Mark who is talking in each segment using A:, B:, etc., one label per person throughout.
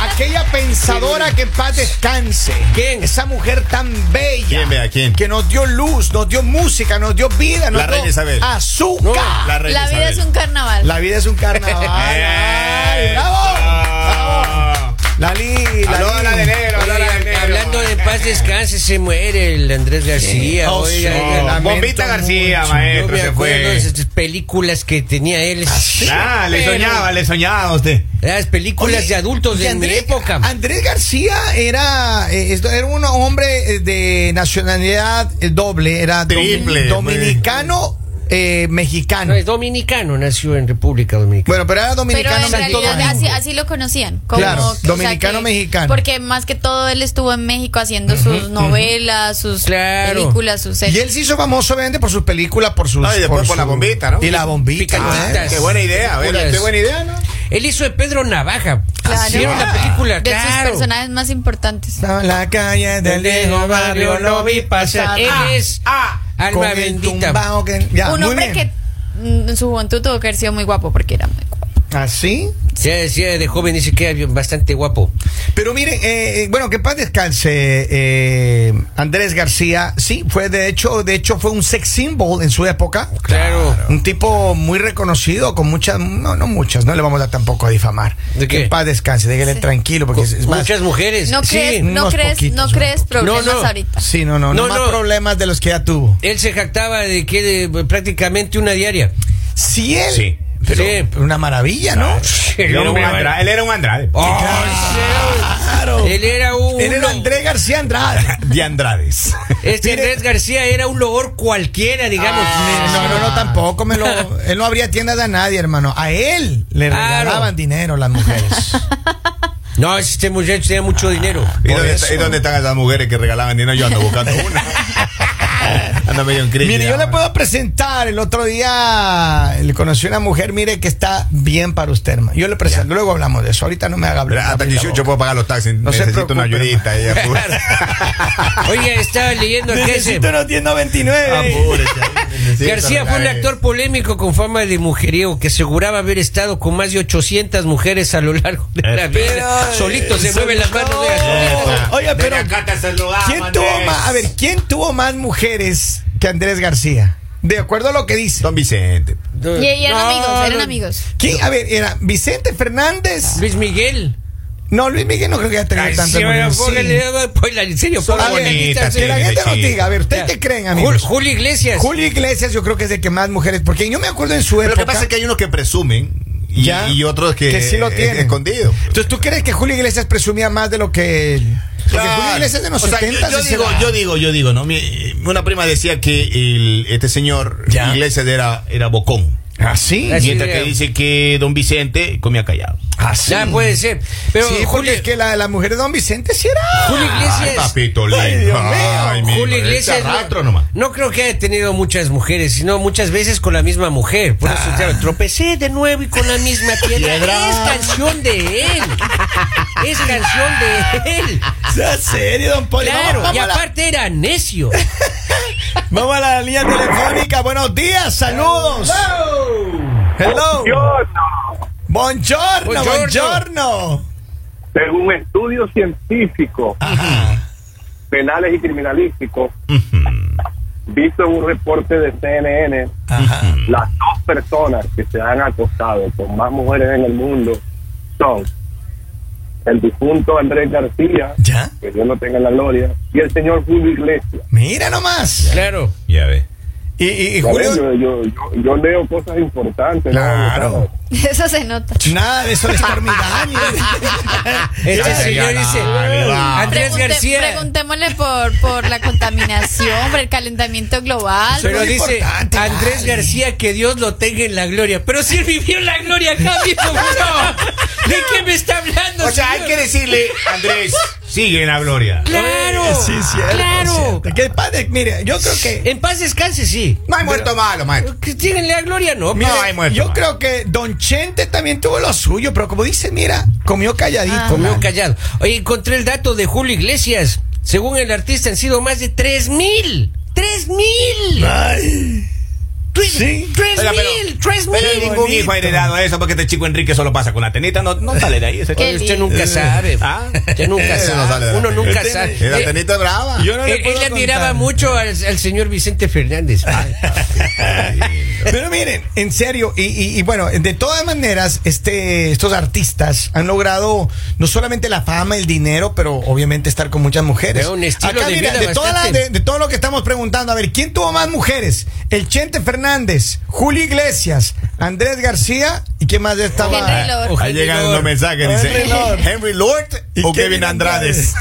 A: aquella pensadora que en paz descanse.
B: ¿Quién?
A: Esa mujer tan bella.
C: ¿Quién, vea, quién?
A: Que nos dio luz, nos dio música, nos dio vida, nos
C: La
A: dio
C: reina Isabel.
A: azúcar.
C: La
A: la...
C: reina
D: La vida es
C: Isabel.
D: un carnaval.
A: vida es un carnaval. Ay, ¡Bravo! ¡Bravo! Lali,
C: Aló, la de enero, aló, la de enero.
B: Hablando de paz descanse, se muere el Andrés García.
A: Oh,
B: oiga,
A: sí,
B: oiga.
A: lamento
C: Bombita García,
A: mucho.
B: Yo
C: maestro,
B: me
C: se
B: acuerdo de
C: fue.
B: esas películas que tenía él.
C: Ah, le
B: Pero-
C: soñaba, le soñaba a usted.
B: Las películas
A: Oye,
B: de adultos
A: y
B: de mi
A: Andrés- Ah,
B: época.
A: Andrés García era, eh, esto- era un hombre eh, de nacionalidad eh, doble, era domi-
C: Triple,
A: dominicano, eh, mexicano.
B: No, es dominicano, nació en República Dominicana.
A: Bueno, pero era
D: Pero
A: dominicano
D: en
A: mexicano.
D: realidad así, así lo conocían. como-
A: Claro,
D: o sea,
A: dominicano, mexicano.
D: Porque más que todo él estuvo en México haciendo sus novelas, sus
B: Claro.
D: películas, sus series.
A: Y él se hizo famoso, obviamente, por sus películas, por sus.
C: No, Ah, y después por la
A: su-
C: bombita, ¿no?
A: Y la bombita.
B: Picaditas.
A: Ah,
C: Qué buena idea, ¿verdad? Qué buena idea, ¿no?
B: Él hizo de Pedro Navaja.
D: Claro.
B: Hicieron la película,
D: de sus
B: claro.
D: personajes más importantes.
A: Estaba en la calle
B: De
A: del
B: lejos, barrio, lo vi pasar. Él
D: Ah,
B: es alma
A: con el
B: bendita.
A: tumbao que- ya,
D: Un
A: muy
D: hombre
A: bien.
D: que mm, en su juventud tuvo que haber sido muy guapo porque era muy guapo.
A: ¿Así?
B: Se decía de joven y se queda bien, bastante guapo.
A: Pero miren, eh, eh, bueno, que en paz descanse eh, Andrés García. Sí, fue de hecho, de hecho fue un sex symbol en su época.
B: Claro.
A: Un tipo muy reconocido, con muchas, no, no muchas, no le vamos a tampoco a difamar.
B: ¿De
A: que
B: qué?
A: en paz descanse, déjele tranquilo, porque es, es más.
B: Muchas mujeres.
D: No
B: sí.
D: crees, no
A: unos
D: crees,
A: poquitos,
D: no
A: unos
D: crees
A: poquitos.
D: problemas
B: No, no.
D: ahorita.
A: Sí, no, no, no,
B: No,
A: más
B: no.
A: problemas de los que ya tuvo.
B: Él se jactaba de que de- pues, prácticamente una diaria.
A: Sí, él.
C: Sí.
A: Pero,
B: Sí.
A: pero una maravilla, ¿no?
C: Él era un Andrade. Él era un Andrade.
B: Oh, sí. Él era un.
A: Él era Andrés García Andrade.
C: De Andrades.
B: Este
A: Mire.
B: Andrés García era un logor cualquiera, digamos.
A: No, no, no, tampoco. Me lo, él no abría tiendas a nadie, hermano. A él le
B: Claro.
A: regalaban dinero las mujeres.
B: No, este muchacho tenía mucho dinero.
C: ¿Y
A: Por
C: dónde,
A: eso.
C: está- y dónde están esas mujeres que regalaban dinero? Yo ando buscando una. ando medio en crisis.
A: Mire, yo le
C: ahora.
A: puedo presentar. El otro día le conocí una mujer, mire, que está bien para usted, hermano. Yo le presento, luego hablamos de eso. Ahorita no me haga
C: Pero
A: hablar.
C: Hasta el 18 puedo pagar los taxis.
A: No se
C: Necesito una
A: preocupe,
C: ayudita. Ella, pues.
B: Oye, estaba leyendo que ese.
A: Necesito unos 10.99.
C: Apúrese, necesito
B: García fue un
C: regalar.
B: actor polémico con fama de mujeriego que aseguraba haber estado con más de 800 mujeres a lo largo de la vida. Solito se mueven las manos de García.
C: Esta.
A: Oiga,
C: Ven
A: pero-
C: acá, te saludamos,
A: ¿Quién tuvo
C: Andrés.
A: más? A ver, ¿quién tuvo más mujeres que Andrés García? De acuerdo a lo que dice.
C: Don Vicente.
B: No,
D: Y, y eran
B: no,
D: amigos, eran
B: no.
D: amigos.
A: ¿Quién? A ver, era Vicente Fernández.
B: Luis Miguel.
A: No, Luis Miguel no creo que haya tenido
B: Ay,
A: tantas
B: sí, oiga,
A: mujeres.
B: póngale, oiga, póngale, en serio,
A: Son
B: póngale,
C: bonitas,
B: ahorita,
C: sí,
A: Que la
B: sí.
A: gente nos
C: sí.
A: diga, a ver, ¿ustedes
B: Ya.
A: qué creen, amigos?
B: Jul- Julio Iglesias.
A: Julio Iglesias yo creo que es el que más mujeres, porque yo me acuerdo en su
C: Pero
A: época.
C: lo que pasa es que hay unos que presumen y,
A: Ya.
C: y otros que,
A: Que sí lo
C: eh,
A: tienen.
C: escondido.
A: Entonces, ¿tú crees que Julio Iglesias presumía más de lo que él? Porque
C: Claro.
A: Julio Iglesias de los
C: O sea,
A: 70
C: yo, yo
A: sí se
C: digo,
A: va.
C: yo digo, yo digo, ¿no? Mi- una prima decía que el- este señor
A: Ya.
C: Iglesias era, era bocón.
A: ¿Ah, sí?
B: Así
C: mientras que
B: creo.
C: dice que don Vicente comía callado.
A: ¿Ah, sí?
B: Ya
C: pues,
B: puede ser. Pero
A: sí, porque
B: Julio,
A: es que la, la mujer de Don Vicente sí era.
B: Julio Iglesias.
C: lindo.
A: Ay, Dios mío.
C: mi
B: Julio
C: madre,
B: Iglesias
C: este arrastro
B: no,
C: nomás.
B: no creo que haya tenido muchas mujeres, sino muchas veces con la misma mujer. Por eso, claro, tropecé de nuevo y con la misma piedra.
A: Ah. Piedra.
B: Es canción de él. Es canción de él.
A: ¿En serio, Don Poli?
B: Claro,
A: vamos,
B: y
A: vamos a la,
B: aparte era necio.
A: vamos a la línea telefónica. Buenos días, saludos. Hello.
E: Buongiorno.
A: Buongiorno,
B: Buongiorno.
A: buongiorno.
E: Según estudios científicos, penales y criminalísticos, visto en un reporte de CNN,
A: Ajá.
E: las dos personas que se han acostado con más mujeres en el mundo son el difunto Andrés García,
A: ¿Ya?
E: que Dios lo tenga en la gloria, y el señor Julio Iglesias.
A: Mira nomás.
B: Claro.
C: Ya ve.
A: Y, y- y
E: Ya ven,
A: Julio,
E: Yo, yo, yo- yo leo cosas importantes. ¿no?
A: Claro.
D: Eso se nota.
A: Nada de eso de Stormy Daniels.
B: Este
C: Ya,
B: señor
C: ya,
B: dice.
C: dale, va.
B: Andrés
D: Pregunte-
B: García.
D: Preguntémosle por, por la contaminación, por el calentamiento global.
B: Pero
A: es
B: dice
A: importante,
B: Andrés
A: dale.
B: García que Dios lo tenga en la gloria. Pero si él vivió en la gloria acá, viejo. No. ¿De qué me está hablando?
C: O sea, hay
B: señor?
C: que decirle, Andrés, sigue en la gloria. Eh,
B: Claro.
A: Sí, cierto,
B: claro.
A: cierto. Que el padre, mire, yo creo que.
B: En paz descanse, sí.
C: No hay muerto malo, maestro.
B: Que Díganle a Gloria, no.
A: mire,
C: no hay muerto,
A: yo
C: man.
A: creo que Don Chente también tuvo lo suyo, pero como dice, mira, comió calladito.
C: Ah.
B: Comió
A: man.
B: callado. Oye, encontré el dato de Julio Iglesias. Según el artista, han sido más de 3 mil. ¡Tres mil!
A: Ay. Sí.
B: ¡Tres
C: Ah, Oiga, pero-
B: mil, tres
C: Pero
B: mil.
C: ningún hijo ha heredado eso porque este chico Enrique solo pasa con la tenita. No, no sale de ahí. Ese
D: Qué
C: chico.
B: Usted
D: lindo.
B: nunca sabe.
C: Ah.
B: Usted nunca
C: Ese no sale
B: sabe.
C: de la
B: Uno
C: tenita.
B: nunca
C: Este-
B: sabe.
C: y la
B: Eh,
C: tenita es brava.
B: Yo no le él, él le admiraba mucho al, al señor Vicente Fernández.
A: Ah. Pero miren, en serio, y, y- y bueno, de todas maneras, este, estos artistas han logrado no solamente la fama, el dinero, pero obviamente estar con muchas mujeres.
B: Pero un estilo de vida
A: de, todas las-
B: bastante-
A: de- de todo lo que estamos preguntando, a ver, ¿quién tuvo más mujeres? El Chente Fernández, Julio Iglesias, Andrés García, ¿y quién más estaba?
D: Henry Lord.
C: Ahí llegan
B: Henry
C: unos
B: Lord.
C: mensajes. Dice:
A: Henry Lord.
C: Henry Lord o Kevin Andrades.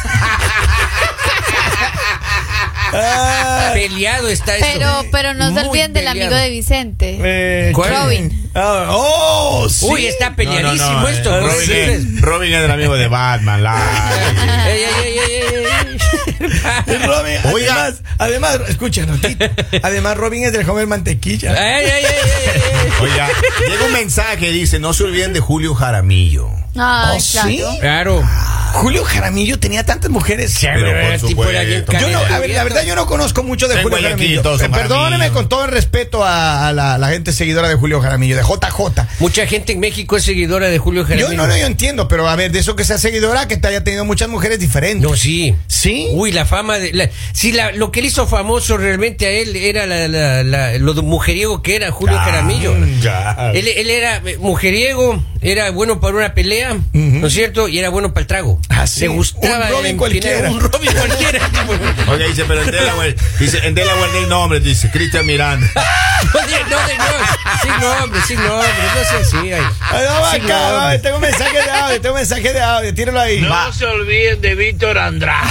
A: Ah,
B: Peleado está esto.
D: Pero, pero no se
B: Muy
D: olviden del
B: peleado.
D: amigo de Vicente.
A: Eh,
B: ¿Cuál?
D: Robin.
A: ah, ¡Oh! sí.
B: Uy, está peleadísimo
C: No, no, no,
B: esto.
C: eh,
B: por
C: Robin,
B: decirles.
C: es, Robin es el amigo de Batman. la-
D: Ah.
B: Ey, ey, ey, ey, ey.
A: Robin,
C: Oiga.
A: además, además, escucha, Notito, además Robin es del joven mantequilla.
B: Ey, ey, ey, ey, ey.
C: Oiga, llega un mensaje. Dice: No se olviden de Julio Jaramillo.
D: Ah,
A: Oh,
D: claro.
A: ¿sí?
B: Claro.
A: Julio Jaramillo tenía tantas mujeres.
C: Pero
B: Pero
C: por
B: el tipo era bien
C: supuesto.
A: Yo no, a ver, la
B: Abierto.
A: verdad yo no conozco mucho de
C: En
A: Julio
C: Guayaquil,
A: Jaramillo.
C: todos son
A: Eh, Perdóneme
C: maravillas.
A: con todo el respeto a, a la, la gente seguidora de Julio Jaramillo, de JJ.
B: Mucha gente en México es seguidora de Julio Jaramillo.
A: Yo no, no, yo entiendo, pero a ver, de eso que sea seguidora, que te haya tenido muchas mujeres diferentes.
B: No, sí.
A: ¿Sí?
B: Uy, la fama de. La, sí, la- lo que le hizo famoso realmente a él era la, la- la- lo de mujeriego que era Julio Caramillo.
C: Ya.
B: Él, él era eh, mujeriego, era bueno para una pelea, ¿no es cierto? Y era bueno para el trago.
A: Ah, sí.
B: Le gustaba.
A: Un Robin
B: empinar-
A: cualquiera.
B: Un Robin cualquiera.
C: Oiga, dice, pero en Delaware, dice, en Delaware no hay nombre, dice Cristian Miranda.
B: Oye, no, señor. Sin nombre, sin nombre. No sé si hay.
A: Ay, ah, no,
B: sin
A: acá, a
B: nombre.
A: ver, tengo un mensaje de audio, tengo un mensaje de audio, tíralo ahí.
F: No se olviden de Víctor Andrade.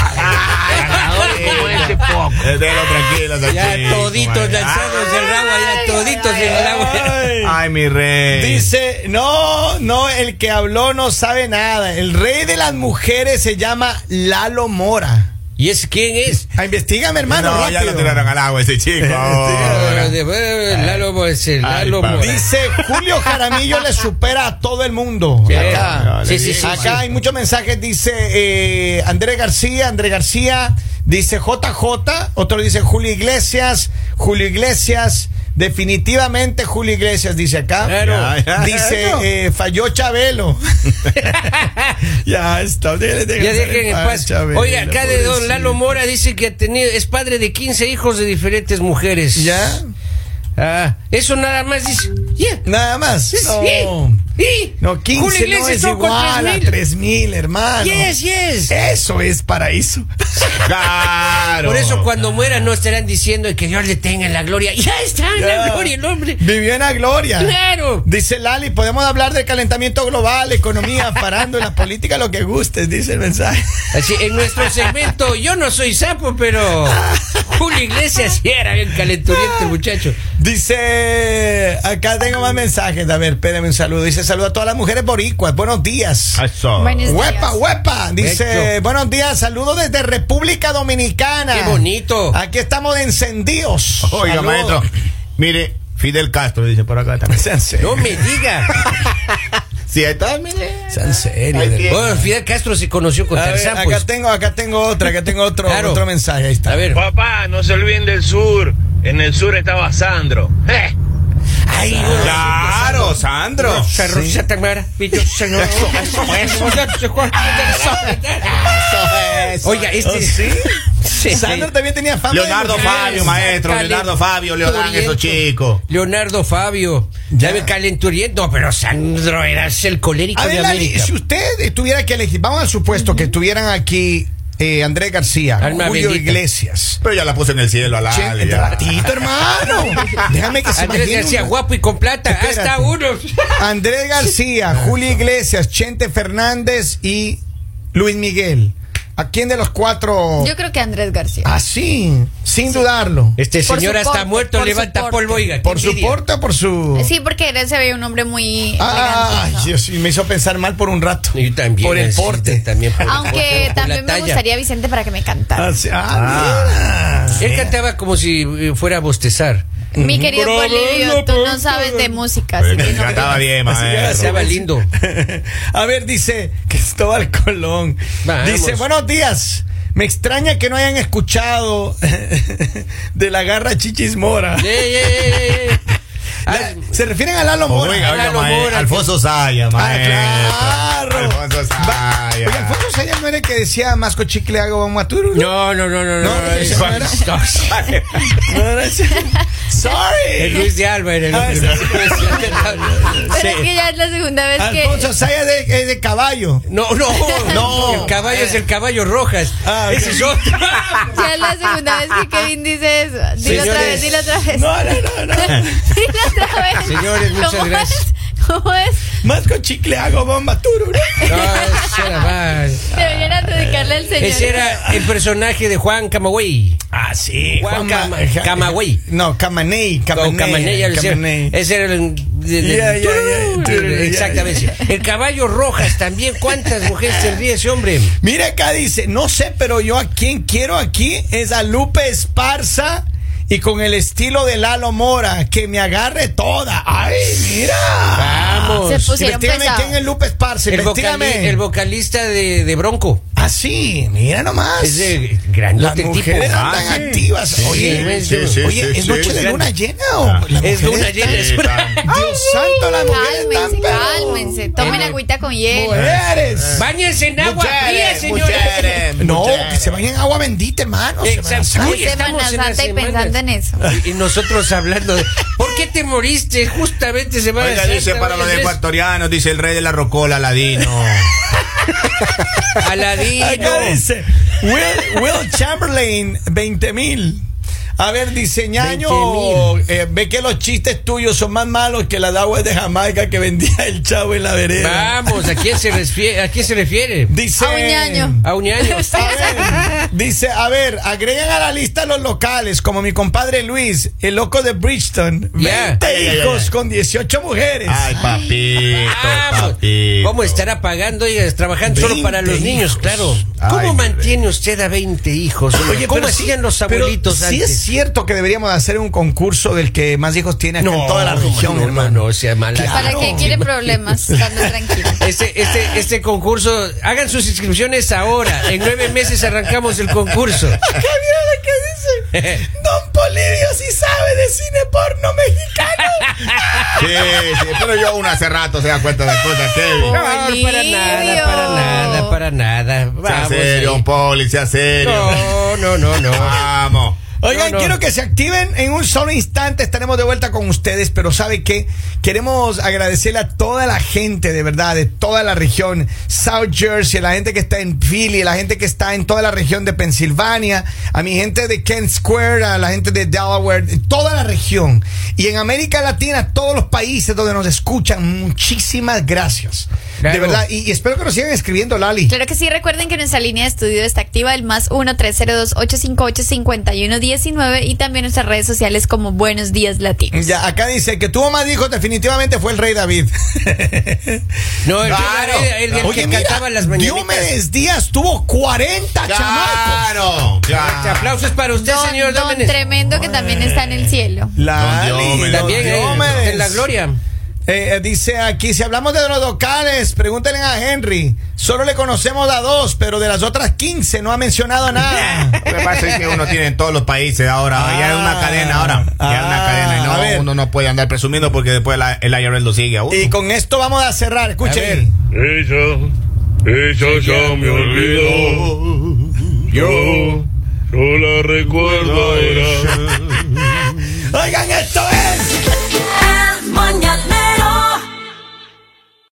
F: Ganador como ese poco.
C: Eh, Déjalo tranquilo,
B: Ya
C: tranquilo,
B: toditos
C: madre.
B: lanzados del agua, ya toditos en el agua.
A: Ay.
C: Ay, mi rey.
A: Dice, no, no, el que habló no sabe nada. El rey de las mujeres se llama Lalo Mora.
B: ¿Y es quién es?
A: Ah, investígame, hermano.
C: no, ya
A: rápido.
C: lo tiraron al agua ese chico. ahora.
B: Eh, Lalo es el
C: Ay,
B: Lalo
C: Pablo.
B: Mora.
A: Dice Julio Jaramillo le supera a todo el mundo.
B: Sí.
A: Acá.
C: No,
B: Sí,
C: le
B: sí,
C: digo.
B: sí.
A: Acá
B: sí.
A: hay muchos mensajes, dice eh, Andrés García, Andrés García, dice JJ, otro dice Julio Iglesias, Julio Iglesias, definitivamente Julio Iglesias, dice acá.
B: Claro.
C: Ya, ya.
A: Dice,
B: Claro.
A: eh, falló Chabelo. ya está, ya
B: Ya dejen
A: Ah,
B: en paz. Oiga, acá de don Lalo Mora dice que ha tenido, es padre de 15 hijos de diferentes mujeres.
A: Ya,
B: Ah, eso nada más dice. Yeah.
A: nada más.
B: Es-
A: No,
B: yeah. Yeah.
A: no 15 no es
B: son con
A: igual a
B: 3,000.
A: 3000, hermano.
B: Yes, yes.
A: Eso es paraíso.
C: Claro.
B: Por eso cuando muera no estarán diciendo que Dios le tenga la gloria. Ya está en la gloria el hombre.
A: Vivió en la gloria.
B: Claro.
A: Dice Lali, podemos hablar del calentamiento global, economía, farándula, política, lo que gustes, dice el mensaje.
B: Así, en nuestro segmento, yo no soy sapo, pero Julio Iglesias sí era bien calenturiento el muchacho.
A: Dice, acá tengo más mensajes. A ver, espérenme un saludo. Dice, saludo a todas las mujeres boricuas. Buenos días.
C: Eso.
D: Buenos días.
A: Huepa, huepa. Dice,
B: Hecho.
A: buenos días. Saludos desde República Dominicana.
B: Qué bonito.
A: Aquí estamos de encendidos.
C: Oiga,
A: Saludos.
C: maestro. Mire, Fidel Castro dice por acá también.
A: Sean
B: No
A: serios.
B: me diga.
C: Sí, ahí está, mire.
A: Sean serios.
B: Bueno, Fidel Castro se conoció con
A: A ver,
B: Tarzán.
A: acá
B: pues.
A: tengo, acá tengo otra, acá tengo otro,
B: Claro.
A: otro mensaje. Ahí está.
B: A ver.
F: Papá, no se olviden del sur. En el sur estaba Sandro. ¡Eh!
B: Ay, pues,
C: Claro, Sandro.
B: Rosa Tamara, bicho, señor. Oiga,
A: Oh,
B: este Sí.
A: Sandra también tenía fama. de
C: Leonardo
A: mujer.
C: Fabio, maestro. Leonardo Fabio, Leodán, esos chicos.
B: Leonardo Fabio, ya me calenturiento, pero Sandro eras el colérico
A: A
B: de
A: ver, Lali,
B: América.
A: si usted tuviera que elegir, vamos al supuesto que estuvieran aquí eh, Andrés García,
B: Alma
A: Julio
B: bendita. Ah,
A: Iglesias.
C: Pero ya la puse en el cielo a la
A: Che, este
C: Ale,
A: entre
C: ya.
A: ratito, hermano. Déjame que se
B: Andrés
A: imagine
B: García,
A: uno.
B: guapo y con plata,
A: Espérate.
B: hasta uno.
A: Andrés García, Julio Iglesias, Chente Fernández y Luis Miguel. ¿A quién de los
B: Oh.
A: cuatro?
D: Yo creo que Andrés García.
A: Así, sin dudarlo.
B: Este
D: Por
B: señor
D: su
B: hasta
D: porte,
B: muerto
D: por su
B: levanta
D: porte.
B: polvo, oiga.
A: ¿Por
B: qué
A: su
B: envidia.
A: porte o por su.?
D: Sí, porque él se veía un hombre muy
A: Ah,
D: elegante, ¿no?
A: Dios, y me hizo pensar mal por un rato.
B: Yo también.
A: Por el
B: sí,
A: porte.
B: También por el porte,
D: Aunque
B: por la
D: también me
B: talla.
D: gustaría Vicente para que me cantara.
A: Ah, sí, ah, mira.
B: Él cantaba como si eh, fuera a bostezar.
D: Mi querido
B: Bravo,
D: Bolivio, tú no
B: Leopoldo.
D: sabes de música, así que
C: Pero
D: no
C: Cantaba bien,
A: Así que
C: maestro.
B: Estaba lindo.
A: A ver, dice Cristóbal Colón.
B: Vamos.
A: Dice, buenos días. Me extraña que no hayan escuchado de la garra chichis mora.
B: Ey, ey, ey, ey.
A: La-
B: Ah,
A: Se refieren a Lalo Mora.
C: Oiga, oiga,
B: Lalo
C: mae,
B: Mora,
C: Alfonso Saya,
A: Ah,
C: maestro.
A: claro.
C: Alfonso
A: Va-
B: eh,
C: Saya.
A: Oye, Alfonso Sayas no era el que decía más cochicle hago vamos a tururu?
B: No, no, no, no, no.
A: No,
B: es-
A: ese no era. No era ese.
B: El
A: Sorry.
B: Luis de Alba era el
A: Ah,
B: otro.
D: Pero es
B: Sí.
D: que ya es la segunda vez que.
A: Alfonso Sayas de- es de caballo.
B: No, no, no.
A: No.
B: El caballo es el caballo Rojas.
A: Ah, ok.
B: Ese es otro.
D: Ya es la segunda vez que Kevin dice eso. Dilo otra
B: Señores.
D: vez, dilo otra vez.
A: No, no, no, no.
D: Dilo otra vez.
B: Señores, muchas
D: ¿Cómo
B: gracias.
D: Es? ¿Cómo es?
A: Más cochicle hago bomba tururu.
B: No, ese era más.
D: Deberían adjudicarle al señor.
B: Ese era el personaje de Juan Camagüey.
A: Ah, sí.
B: Juan
A: Cama-
B: Cama- Camagüey.
A: No, Camaney.
B: O
A: Camaney.
B: Camaney, el-
A: Camaney.
B: Ese era el. de- de-
A: Ya, ya, ya, ya, ya,
B: Exactamente. El caballo Rojas también. ¿Cuántas mujeres se ríe ese hombre?
A: Mira acá dice, no sé, pero yo a quien quiero aquí es a Lupe Esparza y con el estilo de Lalo Mora, que me agarre toda. ¡Ay, mira!
B: Vamos.
D: Se puso- Pusieron
A: Investígame
D: pesado.
A: quién es Lupe Esparza,
B: El,
A: investígame.
B: vocali- el vocalista de, de Bronco.
A: Así, mira nomás.
B: Es de
A: Las
B: grandote el tipo.
A: mujeres
C: Ah,
A: andan
C: sí.
A: activas.
B: Sí,
A: oye,
B: sí,
C: sí,
A: oye,
C: sí,
A: ¿es
C: sí,
A: noche
C: sí.
A: de luna llena o
C: Ah.
A: las mujeres
B: Es luna llena,
A: están-
B: es una-
C: tan-
A: Dios santo, las mujeres están,
D: Cálmense,
A: pero-
D: cálmense. Tomen
B: Eh,
D: agüita con hielo.
A: Mujeres.
B: Báñense en agua fría,
C: Mujeres,
B: señores.
C: mujeres,
A: Eh. No, que
C: mujeres.
A: se vayan en agua bendita, hermano. Semana
B: Exacto.
A: Santa.
B: Oye, estamos
D: Semana
B: en la
D: Santa y
B: semana.
D: pensando en eso.
B: Y nosotros hablando de. ¿Por qué te moriste? Justamente se va este
C: Oiga, dice para los ecuatorianos, dice el rey de la rocola, Ladino.
B: Aladino.
A: Acá dice Will, Will Chamberlain, 20 mil. A ver, diseñaño,
B: 20,000.
A: eh, ve que los chistes tuyos son más malos que las aguas de Jamaica que vendía el chavo en la vereda.
B: Vamos, ¿a quién se refiere? ¿A quién se refiere?
A: Dice.
D: A un ñaño.
B: A Uñaños.
A: A ver, dice, a ver, agregan a la lista los locales, como mi compadre Luis, el loco de Bridgeton. 20
B: Yeah.
C: Ay, ay,
A: hijos
C: ay.
A: con 18 mujeres.
C: Ay, papito,
B: Vamos.
C: papito.
B: Ah, pues, ¿Cómo estará pagando? Oiga, trabajando solo
A: 20
B: para los niños,
A: hijos.
B: claro.
C: Ay,
B: ¿Cómo
C: mi
B: mantiene usted a 20 hijos? Oiga,
A: Oye,
B: ¿cómo
A: pero sí-
B: hacían los
A: pero
B: abuelitos
A: Sí
B: antes?
A: es cierto que deberíamos hacer un concurso del que más hijos tiene acá en toda la región,
B: no,
A: hermano.
B: No, sea mala.
D: ¿Para
A: Claro.
D: qué quiere problemas? Estando tranquilo.
B: Este, este, este concurso, hagan sus inscripciones ahora. En nueve meses arrancamos el concurso.
A: Acá mira lo que dice. Don Polidio sí sabe de cine porno mexicano.
C: Sí, sí, pero yo aún hace rato se da cuenta de cosas, Kevin.
B: No, para nada, para nada, para nada.
C: Sea
B: Vamos. eh.
C: serio,
B: ahí.
C: don Poli, sea serio.
B: no, no, no, no.
C: Vamos.
A: Oigan,
B: No, no.
A: quiero que se activen en un solo instante. Estaremos de vuelta con ustedes, pero ¿sabe qué? Queremos agradecerle a toda la gente, de verdad, de toda la región, South Jersey, la gente que está en Philly, la gente que está en toda la región de Pensilvania, a mi gente de Kent Square, a la gente de Delaware, de toda la región. Y en América Latina, todos los países donde nos escuchan, muchísimas gracias.
B: Claro.
A: De verdad, y, y espero que nos sigan escribiendo, Lali.
D: Claro que sí, recuerden que nuestra línea de estudio está activa, el más 1-302-858-5119 y también nuestras redes sociales como Buenos Días Latinos.
A: Ya, acá dice el que tuvo más hijos definitivamente fue el rey David.
B: No, el,
C: Claro.
B: el- el que
A: mira,
B: cantaba las mañanitas.
A: Diomedes Díaz tuvo 40 chamacos.
C: Claro,
B: Este
C: claro.
B: aplausos para usted,
D: Don,
B: señor
D: don
B: Dómenes.
D: tremendo que también está en el cielo.
A: La
C: Don Diomedes.
B: También eh,
A: Diomedes.
B: en la gloria.
A: Eh, eh, dice aquí, si hablamos de los locales, pregúntenle a Henry. Solo le conocemos a dos, pero de las otras 15 no ha mencionado nada.
C: Lo que pasa es que uno tiene en todos los países ahora.
A: Ah.
C: ya es una cadena ahora. Ya es una
A: Ah,
C: cadena. y
A: a ver.
C: No, uno no puede andar presumiendo porque después la- el IRS lo sigue a uno.
A: y con esto vamos a cerrar.
B: A
A: Escuchen.
B: ver.
F: Eso, eso ya me olvidó. Yo, yo la recuerdo ahora.
A: Oigan, esto es.